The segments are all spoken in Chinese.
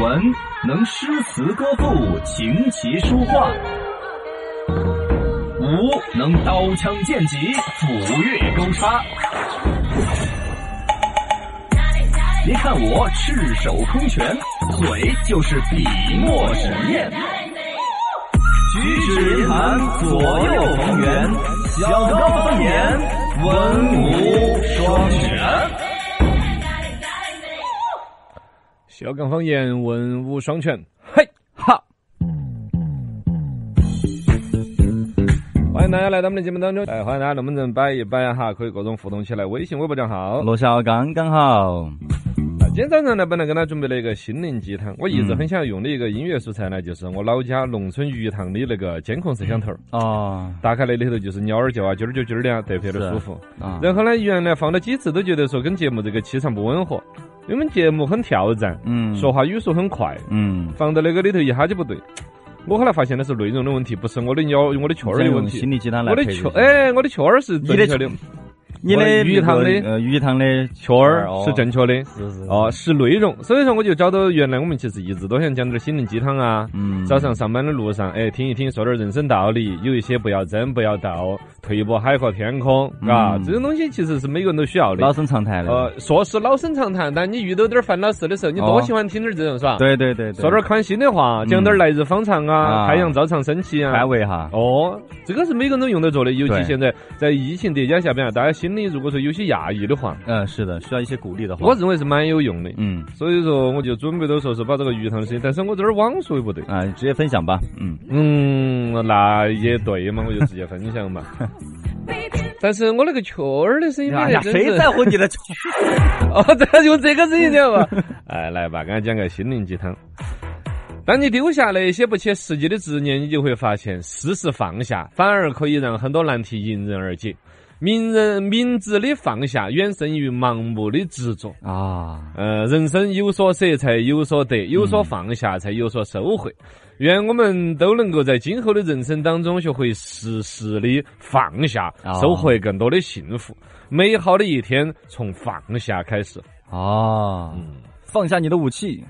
文能诗词歌赋、琴棋书画，武能刀枪剑戟、斧钺钩叉。别看我赤手空拳，嘴就是笔墨纸砚。举止言谈左右逢源，小刚方言文武双全。小港方言，文武双全，嘿哈！欢迎大家来到我们的节目当中，哎，欢迎大家能不能摆一摆哈，可以各种互动起来，微信、微博账号。罗小刚刚好，啊今天早上呢，本来给大家准备了一个心灵鸡汤，我一直很想用的一个音乐素材呢，就是我老家农村鱼塘的那个监控摄像头，哦，打开那里头就是鸟儿叫啊，啾儿啾啾儿的啊，特别的舒服。啊，然后呢，原来放了几次都觉得说跟节目这个气场不吻合，因为我们节目很跳转，嗯，说，话语速很快，嗯，放到那个里头一下就不对。我后来发现的是内容的问题，不是我的鸟，我的雀儿的问用题心。理鸡汤来我的配雀合，哎，我的雀儿是正确你的的，你我的的鱼那塘个的呃鱼塘的雀儿是，正确的，哦是是，哦，是内容。所以说，我就找到原来我们其实一直都想讲点心灵鸡汤啊。嗯，早上上班的路上，哎，听一听，说点人生道理，有一些不要争，不要斗，退一步海阔天空，嘎、嗯这种东西其实是每个人都需要老的。生常谈的，呃，说是老生常谈，但你遇到点儿烦恼事的时候，你多哦喜欢听点儿这种，是吧？对对对，对说点儿宽心的话，讲点儿来日方长啊，嗯啊太阳照常升起啊，安慰哈，哦，这个是每个人都用得着的，尤其对现在在疫情叠加下边啊，大家心里如果说有些压抑的话，嗯，是的，需要一些鼓励的话，我认为是蛮有用的。嗯所以说，我就准备都说是把这个鱼塘的事情，但是我这儿网速也 不对。啊，直接分享吧，嗯，嗯，那也对嘛，我就直接分享 嘛。但是我那个雀儿的声音，哎呀，真是谁在乎你 的？哦，这用这个声音讲嘛？哎，来吧，给俺讲个心灵鸡汤。当你丢下那些不切实际的执念，你就会发现，适时放下反而可以让很多难题迎刃而解。明人明智的放下，远胜于盲目的执着。啊，呃，人生有所舍才有所得，有所放下才有所收获。愿我们都能够在今后的人生当中学会适时的放下，哦收获更多的幸福。美好的一天从放下开始。哦，放下你的武器，，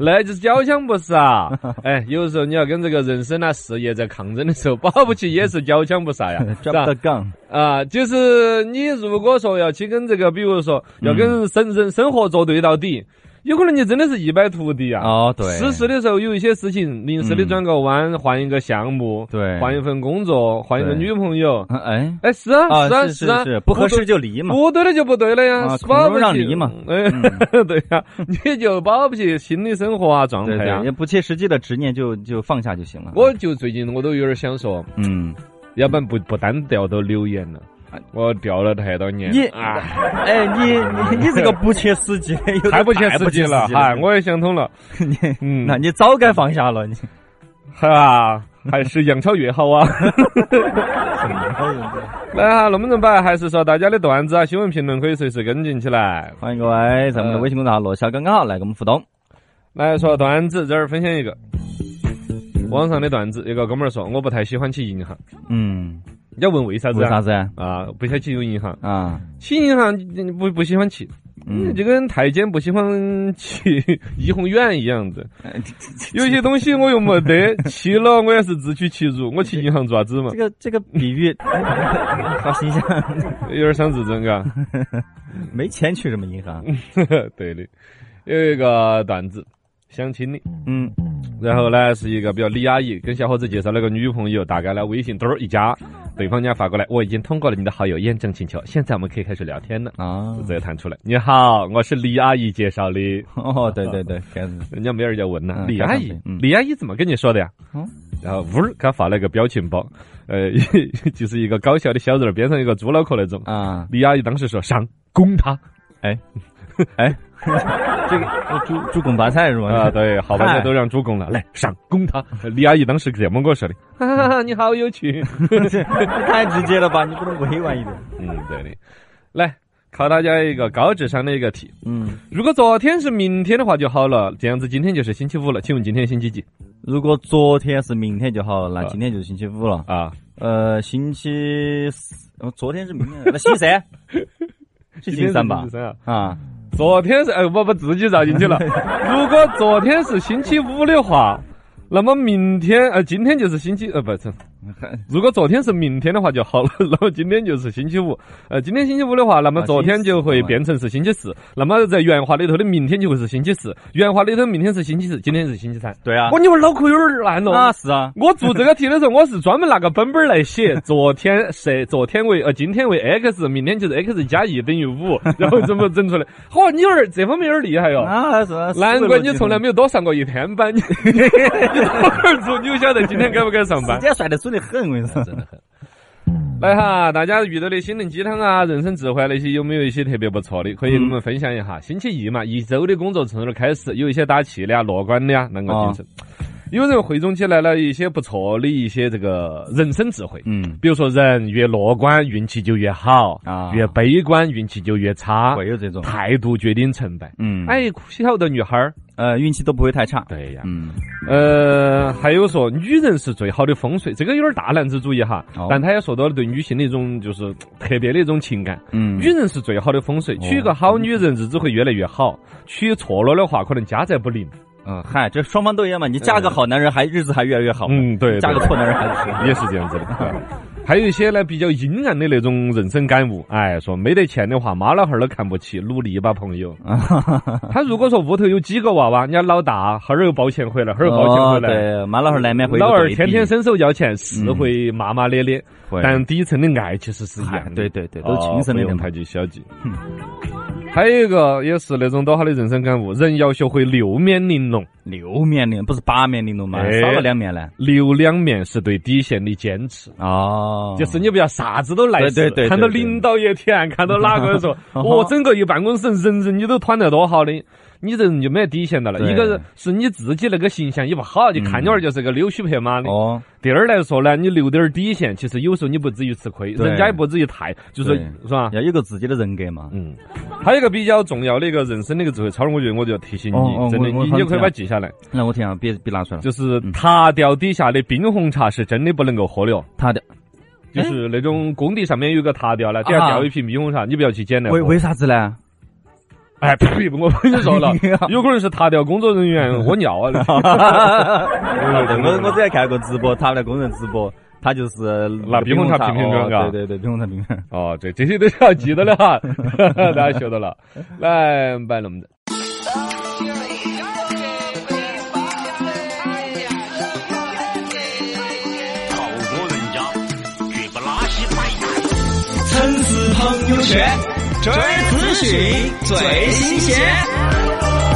那就是交响不是啊？ 哎，有时候你要跟这个人生啊、事业在抗争的时候，保不齐也是交响不啥呀 是 drop 吧 the？gun，啊，就是你如果说要去跟嗯这个，比如说要跟生人生活作对到底，有可能你真的是一败涂地啊。哦，对，失事的时候有一些事情临时的嗯转个弯，换一个项目，对换一份工作，换一个对女朋友。嗯，哎，哎，是啊，啊，是啊，是是啊是，，不合适就离嘛，不对了就不对了呀，啊是保孔不融让齐梨嘛嗯哎， 对呀，你就保不齐新的生活啊，状对态啊对，也。不切实际的执念就就放下就行了。我就最近我都有点想说，嗯，要不然不不单调都留言了，我掉了太多年。哎你啊，哎，你你你这个不切实际，有点太不切太实不际切实了，际嗨，我也想通了，你嗯，那你早该放下了，你哈，还是杨超越好 啊。来哈，龙门阵摆，还是说大家的段子啊、新闻评论可以随时跟进起来。欢迎各位在我们的微信公众号“罗小刚刚好”来跟我们互动。来说段子，这儿分享一个网上的段子，有个哥们儿说我不太喜欢去银行，嗯，人家问为啥子为啥啊？子啊？啊，不想去用银行，啊，去银行你不不喜欢去，嗯，就跟太监不喜欢去 颐红园一样的。哎有些东西我又没得，去了我也是自取其辱，我去银行做啥子嘛这？个这个比喻 好形象，有点想自尊嘎。 没钱去什么银行？对的，有一个段子，相亲的，嗯，然后呢是一个比较李阿姨跟小伙子介绍了个女朋友，大概呢微信兜儿一加，对方家发过来，我已经通过了你的好友验证请求，现在我们可以开始聊天了。啊就，这弹出来，你好，我是李阿姨介绍的，哦，对对对，这样子人家妹儿就问了，嗯李加阿上姨去，嗯李阿姨怎么跟你说的呀嗯？然后呜儿给他发了个表情包，呃， 就是一个搞笑的小人儿，边上一个猪脑壳那种。 啊，李阿姨当时说上攻他这个猪猪拱白菜是吗？啊，对，好半天都让猪拱了，来上攻他。李阿姨当时这么跟我说的， 哈哈哈，你好有趣。 这太直接了吧？你不能委婉一点？嗯，对的。来考大家一个高智商的一个题：嗯，如果昨天是明天的话就好了，这样子今天就是星期五了。请问今天星期几如果昨天是明天就好了，啊那今天就是星期五了。啊？呃，星哦期四，呃昨天是明天，那星期三，是星期三吧 今天是星期？三啊。啊，昨天是哎，我把自己绕进去了。如果昨天是星期五的话，那么明天呃，今天就是星期呃，不是。如果昨天是明天的话就好了， 那么今天就是星期五。呃，今天星期五的话，那么啊昨天星期四就会变成是星期四。那么在原话里头的明天就会是星期四，原话里头明天是星期四，今天是星期三。对啊我你们脑壳有点烂哦了啊是啊，我做这个题的时候，我是专门拿个本本儿来写， 昨天设，昨天为呃，今天为 x，明天就是 x 加一等于五，然后怎么整出来？嚯，你有点儿这方面有点儿厉害哟、啊是啊，难怪你从来没没有多上过一天班， 你你偶尔做，你就晓得今天该不该上班时。间算得准得很，我跟你说，真的很。来哈，大家遇到的心灵鸡汤啊、人生智慧啊那些，有没有一些特别不错的，可以跟我们分享一下？星期一嘛，一周的工作从头开始，有一些打气的啊、乐观的啊，能够精神。有人汇总起来了一些不错的一些这个人生智慧， 嗯，比如说人越乐观运气就越好，啊越悲观运气就越差，会有这种，态度决定成败。嗯，哎，哎，小的女孩儿，呃，运气都不会太差。对呀，嗯，呃，还有说女人是最好的风水，这个有点大男子主义哈，哦但他也说到了对女性的一种就是特别的一种情感。嗯哦女人是最好的风水，娶一个好女人，日子会越来越好；娶错了的话，可能家宅不宁。嗯，嗨，这双方都一样嘛，你嫁个好男人还日子还越来越好，嗯，对，哦嫁个对错男人还是 也是这样子的。啊还有一些呢，比较阴暗的那种人生感悟，哎，说没得钱的话，妈老汉儿都看不起，努力吧，朋友。他如果说屋头有几个娃娃，人家老大后儿又抱钱回来，后儿又抱钱哦，回来，对，马老汉儿难免会有老二对比天天伸手要钱，是会骂骂咧咧，嗯会但底层的爱其实是一哎样的。对对对，哦，都是亲生的嗯人不用嘛太去消极。还有一个也是那种多好的人生感悟，人要学会六面玲珑，六面玲不是八面玲珑嘛，哎少了两面嘞。留两面是对底线的坚持。哦，就是你不要啥子都来事，对对对看到对对领导也舔，看到哪 个说，哦，整个一办公室人人你都团得多好的，你这人就没得底线的了。对一个是你自己那个形象也不好，就看你娃儿就是个溜须拍马的。哦，第二来说呢，你留点儿底线，其实有时候你不至于吃亏，对人家也不至于太，就是对是吧？要有个自己的人格嘛。嗯，还有一个比较重要的一个人生的一个智慧，超人，我觉得我就要提醒你，哦哦真的，我我你好你就可像以把它记下来。让我听啊，别别拿出来了，就是塔吊底下的冰红茶是真的不能够喝的哦，他的就是那种工地上面有一个塔吊呢，底下哎啊吊一瓶冰红茶，你不要去捡来喝为。为啥子呢？哎，呸！我跟你 说了，有可能是塔吊工作人员屙尿啊。嗯我我之前看过直播，他们的工人直播，他就是拿冰红茶瓶瓶装，装嘎哦对对对，冰红 茶瓶瓶。哦，对，这些都是要记得的哈， 大家学到了。来，摆龙门阵。好多人家绝不拉稀摆烂。城市朋友圈，追资讯最新鲜。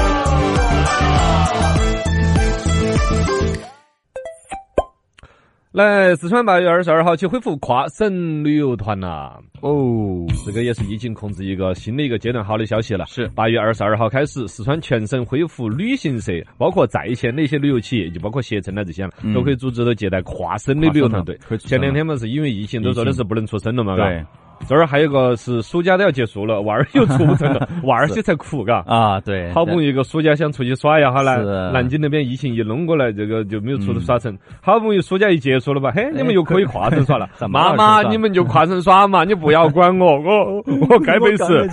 来，四川八月二十二号起恢复跨省旅游团啦、哦，这个也是疫情控制一个新的一个阶段好的消息了。是，八月二十二号开始，四川全省恢复旅行社，包括在线的一些旅游企业，就包括携程啊这些，都可以组织到接待跨省的旅游团队跨省的可以。出省前两天嘛，是因为疫情都说的是不能出省了嘛，对。这儿还有一个是暑假都要结束了，娃儿又出不成了，娃儿些才哭，嘎。啊，对，好不容易一个暑假想出去耍一下哈是嗯呢，南京那边疫情一弄过来，这个就没有出去耍成。好不容易暑假一结束了吧，嘿，你们又可以跨省耍了。 怎么妈二妈，十三你们就跨省 耍嘛，你不要管我，我我该背时。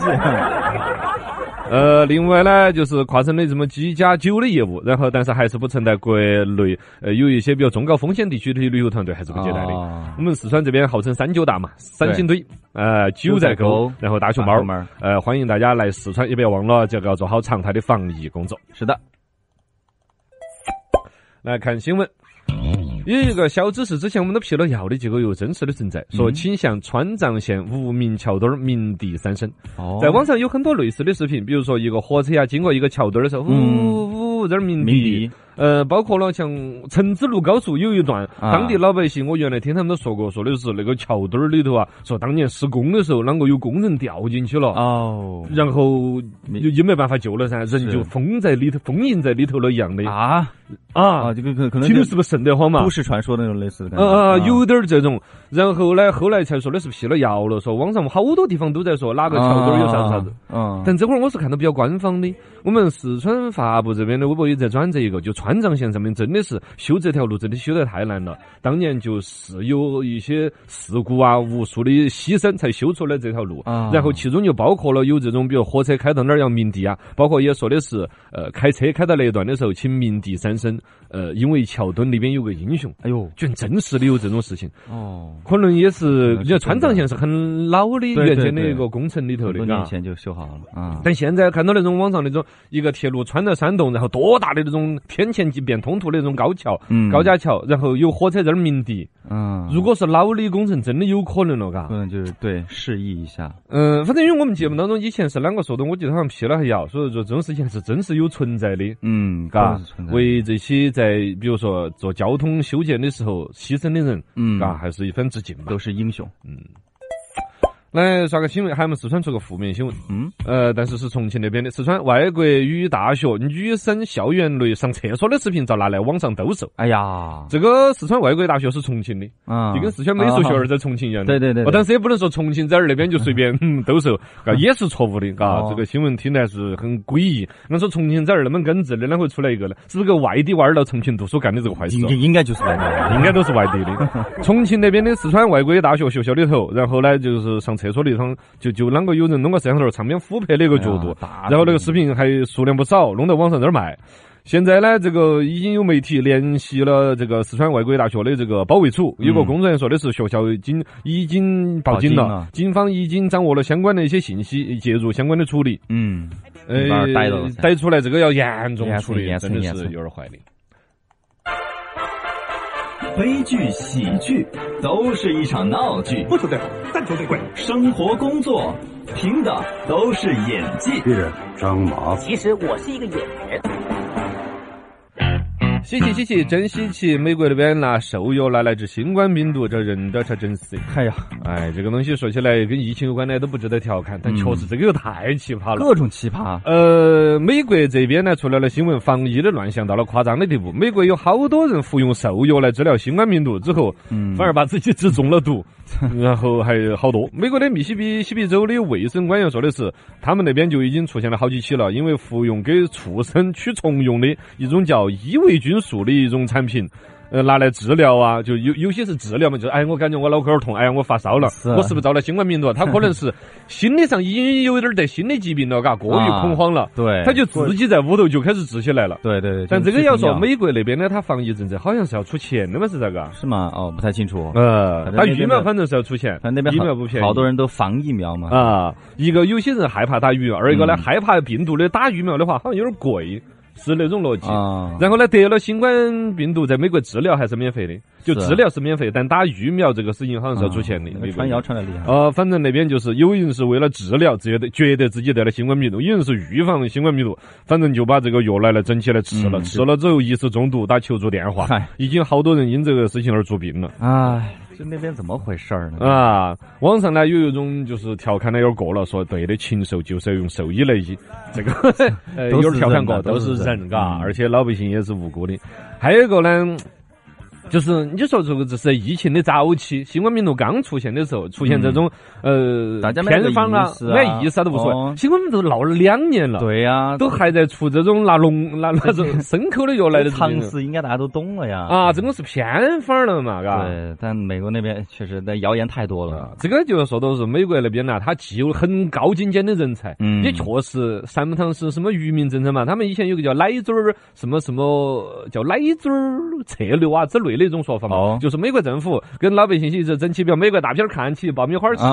呃，另外呢，就是跨省的什么几加酒的业务，然后但是还是不承担国内呃有一些比较中高风险地区的旅游团队还是不接待的。哦 我们四川这边号称三九大嘛，三星堆，呃，九寨沟沟，然后大熊大猫熊猫，呃，欢迎大家来四川，也不要忘了这个做好常态的防疫工作。是的，来看新闻。有一个小知识，之前我们都辟了谣的，结果又真实的存在。说请向川藏线无名桥墩儿鸣笛三声，哦在网上有很多类似的视频，比如说一个火车呀经过一个桥墩儿的时候，呜呜在那儿鸣鸣笛笛。呃，包括了像成都路高速有一段，啊当地老百姓，我原来听他们都说过，说的是那个桥墩儿里头啊，说当年施工的时候，啷个有工人掉进去了。哦然后就也没办法救了噻，人就封在里头，封印在里头了一样的啊啊啊，！这个可可能听着跟是不是瘆得慌嘛都？市传说那种类似的感觉。啊呃呃，有点儿这种。然后呢，后来才说的是辟了谣了，说网上好多地方都在说哪个桥墩儿有啥子啥子。啊。嗯，但这会儿我是看到比较官方的，我们四川发布这边的微博也在转这一个，就川川藏线上面真的是修这条路真的修得太难了，当年就是有一些事故啊，无数的牺牲才修出来这条路。啊然后其中就包括了有这种，比如火车开到哪儿要鸣笛啊，包括也说的是，呃，开车开到那一段的时候，请鸣笛三声。呃，因为桥墩那边有个英雄，哎呦，居然真实的有这种事情。哦，可能也是，可能是你看川藏线是很老的对对原先的对一个工程里头很的，多嘎年前就修好了啊。但现在看到那种网上那种一个铁路穿到山洞，然后多大的那种天堑即变通途的那种高桥、嗯高架桥，然后有火车在那儿鸣笛。嗯，如果是老的工程，真的有可能了，嘎可。能就是对示意一下，嗯，反正因为我们节目当中以前是啷个说的，我记得好像辟了还谣，所以说这种事情是真实有存在的。嗯，可嘎能是存，在为这些在比如说做交通修建的时候牺牲的人，嗯嘎，还是一番致敬吧都。是英雄，来刷个新闻，喊我们四川出个负面新闻。嗯，呃，但是是重庆那边的四川外国语大学女生校园内上厕所的视频遭拿来网上兜售。哎呀，这个四川外国语大学是重庆的，啊，就跟四川美术学院啊，在重庆一样的。对对对对啊哦但是也不能说重庆这儿那边就随便 嗯兜售，嘎也是错误的，嘎哦。这个新闻听来是很诡异。那说重庆这儿那么耿直的，哪会出来一个呢？是不是个外地娃儿到重庆读书干的这个坏事应哦该？应该就是那个，应该都是外地 的。重庆那边的四川外国语大学学校里头，然后呢，就是上厕所的地方，就就啷个有人弄个摄像头上面俯拍那个角度，哎呀然后那个视频还数量不少，弄到网上这儿卖。现在呢，这个已经有媒体联系了这个四川外国语大学的这个保卫处，有个工作人员说的是学校已经已经报警报警了了，警方已经掌握了相关的一些信息，介入相关的处理。嗯，呃把，逮到了噻逮出来这个要严重严处惩理，严惩真的严是惩有点坏的。悲剧、喜剧都是一场闹剧，不求最好，但求最贵。生活、工作，凭的都是演技。其实我是一个演员。稀奇稀奇，真稀奇！美国那边拿兽药拿来治新冠病毒，这人的才真是。哎呀，哎，这个东西说起来跟疫情有关的都不值得调侃，但确实这个又太奇葩了。各种奇葩，呃，美国这边呢，出来了新闻，防疫的乱象到了夸张的地步。美国有好多人服用兽药来治疗新冠病毒之后，嗯反而把自己治中 了毒，然后还有好多。美国的密西比西比州的卫生官员说的是，他们那边就已经出现了好几起了，因为服用给畜生驱虫用的一种叫伊维菌素的一种产品。呃，拿来治疗啊，就有 有些是治疗嘛，就是哎，我感觉我脑壳儿痛，哎呀，我发烧了，是我是不是遭了新冠病毒？他可能是心理上已经有点儿得心理疾病了，嘎，过于啊恐慌了，对，他就自己在屋头就开始治起来了。对对对，但就是这个要不一说样美国那边呢，他防疫政策好像是要出钱的嘛，是咋个？是吗？哦，不太清楚，呃，反正打那疫边苗的反正是要出钱，反正那边疫好苗不便宜，好多人都防疫苗嘛，啊。一个有些人害怕打疫苗，二一个呢、嗯害怕病毒的打疫苗的话好像有点贵，是那种逻辑。啊，然后呢，得了新冠病毒，在美国治疗还是免费的，就是嗯治疗是免费，但打疫苗这个事情好像是要出钱的。那美个国传啊谣传的厉害，呃，反正那边就是有人是为了治疗，觉得觉得自己得了新冠病毒；有人是预防新冠病毒，反正就把这个药拿来整起来吃了。嗯吃了之后疑似中毒，打求助电话嗨，已经好多人因这个事情而住病了。哎，这那边怎么回事儿呢？啊，网上呢有一种就是调侃的有点过了，说对的，禽兽就是要用兽医来医，这个呃有都是点调侃过，人的都都是是人人嘎，嗯而且老百姓也是无辜的。还有一个呢，就是你说这个这是疫情的早期，新冠病毒刚出现的时候，出现这种呃嗯大家没偏方啊意、识啊没意思啊都无所哦谓，新冠病毒闹了两年了，对呀，都还在出这种拿龙拿那种 牲口的药来的 这常种识应该大家都懂了呀，啊，这种是偏方了嘛，嘎。对，但美国那边确实那谣言太多了，啊这个就是说到是美国那边呐，他既有很高精尖的人才，嗯也确实三不堂是什么愚民政策嘛，他们以前有个叫奶嘴儿什么什么叫奶嘴儿策略啊之类的一种说法嘛，哦就是美国政府跟老百姓一直整起，比如美国大片儿看起，爆米花儿吃起，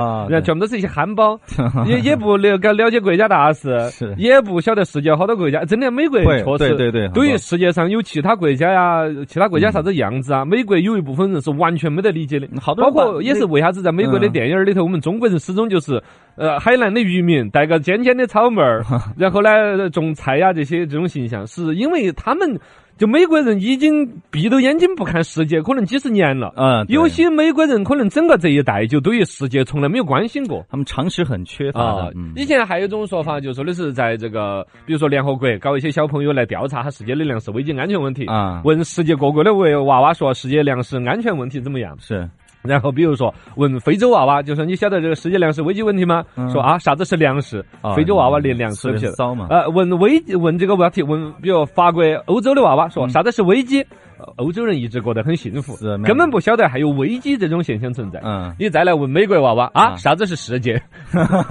啊然后全部都是一些憨 包，也也不了解了解国家大事是，也不晓得世界好多国家，真的美国会确实对对对对于很多世界上有其他国家呀，其他国家啥子样子啊，美国有一部分人是完全没得理解的，好多包人括把也那是为啥子在美国的嗯电影儿里头，我们中国人始终就是，呃，海南的渔民戴个尖尖的草帽 儿，然后呢种菜呀、这些这种形象，是因为他们就美国人已经闭着眼睛不看世界，可能几十年了。嗯，对有些美国人可能整个这一代就对于世界从来没有关心过。他们常识很缺乏啊的，嗯，以前还有一种说法，就说的是在这个，比如说联合国搞一些小朋友来调查下世界的粮食危机安全问题啊问世界各国的为娃娃说世界粮食安全问题怎么样。是然后比如说问非洲娃娃，就说你晓得这个世界粮食危机问题吗？嗯说啊，啥子是粮食？啊非洲娃娃连粮食都不晓吃得得。少嘛呃，问危问这个问题，问比如法国、欧洲的娃娃说啥子是危机？呃欧洲人一直过得很幸福，嗯是没根本不晓得还有危机这种现象存在。嗯，你再来问美国娃娃啊，啊啥子是 世界？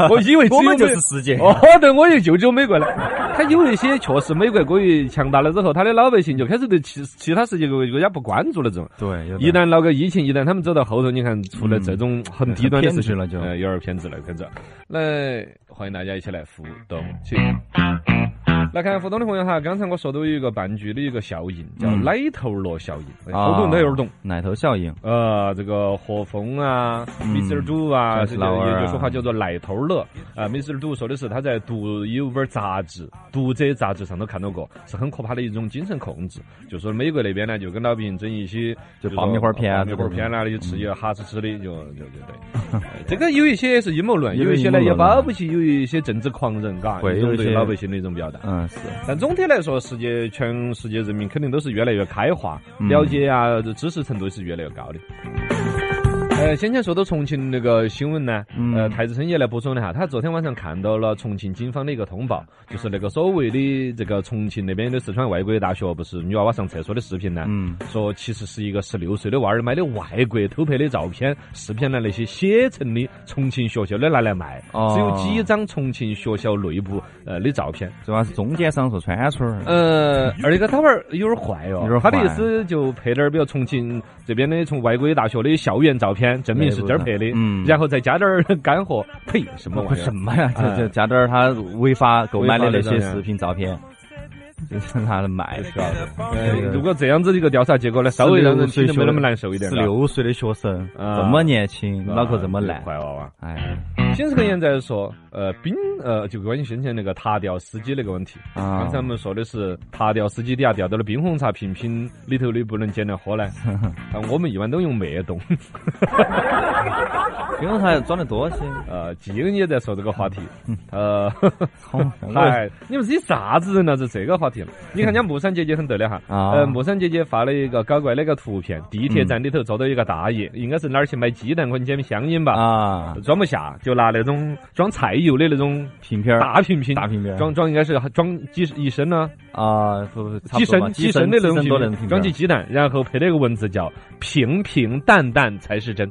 我以为只有我们就美是世界。哦，对，我也就只有美国了。他有一些确实美国过于强大了之后，他的老百姓就开始对其其他世界各国国家不关注了，这种。对，有一点旦闹个疫情，一旦他们走到后头，你看出了这种很低端的事情嗯很偏执了就呃有点偏执了，嗯跟着。来，欢迎大家一起来互动起。来看互动的朋友哈，刚才我说到有一个半句的一个效应，叫嗯奶头螺效应，啊好多人都有点懂。奶头效应，呃，这个火风啊嗯，Mr. Du 这啊，这是就老二有啊有说话叫做“奶头乐”啊。Mr. Du 说的是他在读有本杂志《读者》杂志上头看到过，是很可怕的一种精神控制。就说美国那边呢，就跟老百姓整一些就比如爆米说花片啊爆米花这种嗯片啦，就吃一哈哧哧的，就就就 对。这个有一些是阴谋论，有有一些呢阴谋也论啊保不齐有一些政治狂人，嘎，会一种有一对些老百姓的一种表达。嗯是，但总体来说，世界全世界人民肯定都是越来越开化，嗯了解啊，知识程度是越来越高的。呃，先前说到重庆那个新闻呢，嗯呃，太子深也来补充了一下，他昨天晚上看到了重庆警方的一个通报，就是那个所谓的这个重庆那边的四川外国语大学，不是女娃娃上厕所的视频呢，嗯说其实是一个十六岁的娃儿买的外国偷拍的照片、视频呢，那些写成的重庆学校的拿来卖，哦只有几张重庆学校内部呃的照片。主要是中间商说穿穿儿，呃，而且他娃儿有点坏哟、有点他坏的意思就拍点儿，比如重庆这边的从外国大学的校园照片，证明是这儿拍的，嗯然后再加点儿干货，呸，什么玩 意什儿？么呀？哎就就加点儿他违法购买的那些违法的照片视频照片，就是拿来卖，是吧？呃如果这样子一个调查结果呢，稍微让人听得没那么难受一点。十，六岁的学生啊这么年轻，脑壳这么烂，坏娃娃。哎新世科研在说，呃，冰呃，就关于先前那个塔吊司机那个问题。啊刚才我们说的是塔吊司机底下掉到了冰红茶瓶瓶里头的，不能捡来 喝呢。啊，我们一般都用脉动。冰红茶装得多些，呃，季英也在说这个话题，嗯呃，好，哎，你们是啥子人了？是这个话题 了？你看人家木山姐姐很对的哈，啊嗯呃，木山姐姐发了一个搞怪那个图片，地铁站里头坐到一个大爷，应该是哪儿去买鸡蛋或者捡香烟吧，啊，装不下，就拿那种装菜油的那种瓶瓶儿大瓶瓶，大瓶瓶儿装装应该是装几十一升呢，啊，不不，差几不多升嘛几几升升的那种几升多那种瓶瓶瓶，瓶装起儿鸡蛋，然后配了一个文字叫“平平淡淡才是真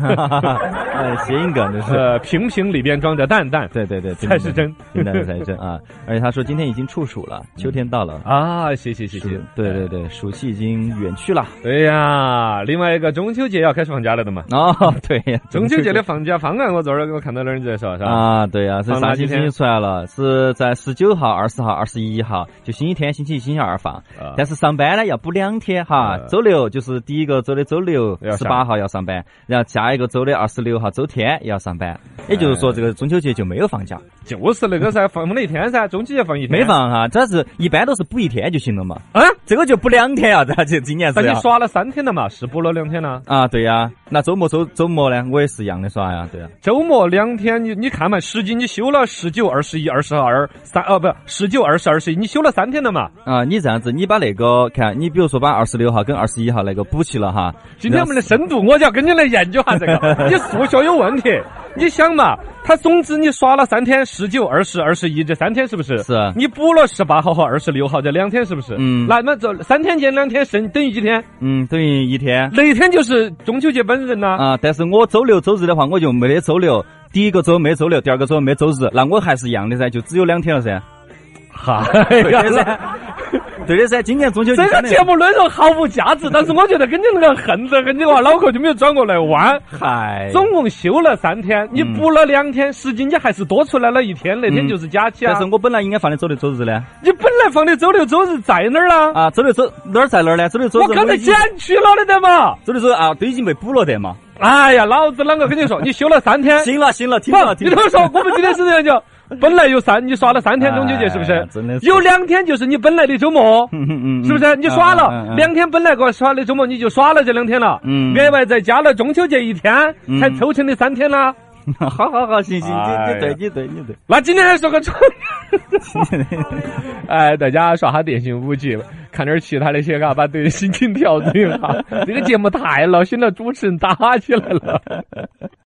哎，谐音梗这”，是。呃， 瓶瓶里边装着蛋蛋对对对，才是真嗯冰蛋才是真啊！而且他说今天已经处暑了，秋天到了，啊，谢谢谢暑谢，对对对，暑气已经远去了。对哎呀，另外一个中秋节要开始放假了的嘛。哦， 对呀，中秋节的放假方案，我昨儿我看到那人在说，是吧？啊，对呀、是嗯放哪上几星期天已出来了，是在十九号、二十号、二十一号，就星期天、星期一、星期二放。啊但是上班呢要补两天哈，呃周六就是第一个周的周六要，十上八号要上班，然后下一个周的二十六号周天也要上班。也就是哎说，这个中秋节就没有放假，就是那个噻，放那一天噻，中秋节放一天。没。放哈，这是一般都是补一天就行了嘛。啊，这个就补两天啊，这就今年那是你要耍了三天了嘛，是补了两天了。啊，对呀、那周末周周末呢，我也是一样的耍呀，对呀、周末两天，你你看嘛，十几你休了十九、二十一、二十二、三哦，不，十九、二十、二十一，你休了三天了嘛。啊，你这样子，你把那个看，你比如说把二十六号跟二十一号那个补齐了哈。今天我们的深度，我就要跟你来研究下这 个。你数学有问题，你想嘛，他总之你耍了三天，十九、二十、二十一这三天是不是？是你补了十八号和二十六号这两天是不是？嗯那么这三天减两天剩等于几天？嗯，等于一天哪天就是中秋节本人呢？啊。但是我周六周日的话，我就没得周六，第一个周没周六，第二个周没周日，那我还是一样的噻，就只有两天了 噻。啊哈，对 的噻，对的噻。今年中秋节这个节目内容毫无价值，但是我觉得跟你那个恨着恨你娃脑壳就没有转过 来弯。哎嗨，总共休了三天，你补了两天，实际你还是多出来了一天，那天嗯就是假期啊但是。我本来应该放的周六周日呢。你本来放的周六周日在哪儿 啦？啊，周六周哪儿在哪儿呢？周六周日我刚才已经减去了的得嘛。周六周日啊，都已经被补了的嘛。哎呀，老子啷个跟你说？你休了三天，行了行了，听了不，听哎你了听。我说，我们今天是这样讲。本来有三，你耍了三天中秋节，是不哎是？真的是有两天就是你本来的周末，嗯嗯嗯是不是？你嗯耍嗯了嗯两天，本来个耍的周末你就耍了这两天了，嗯额外再加了中秋节一天，才凑成的三天啦。好好好，行行，你哎你呀对，你对，你对。那今天还说个丑， 哎，大家耍下电信五 G，看点其他那些啊嘎，把对 心情调整一下。这个节目太闹心了，主持人打起来了。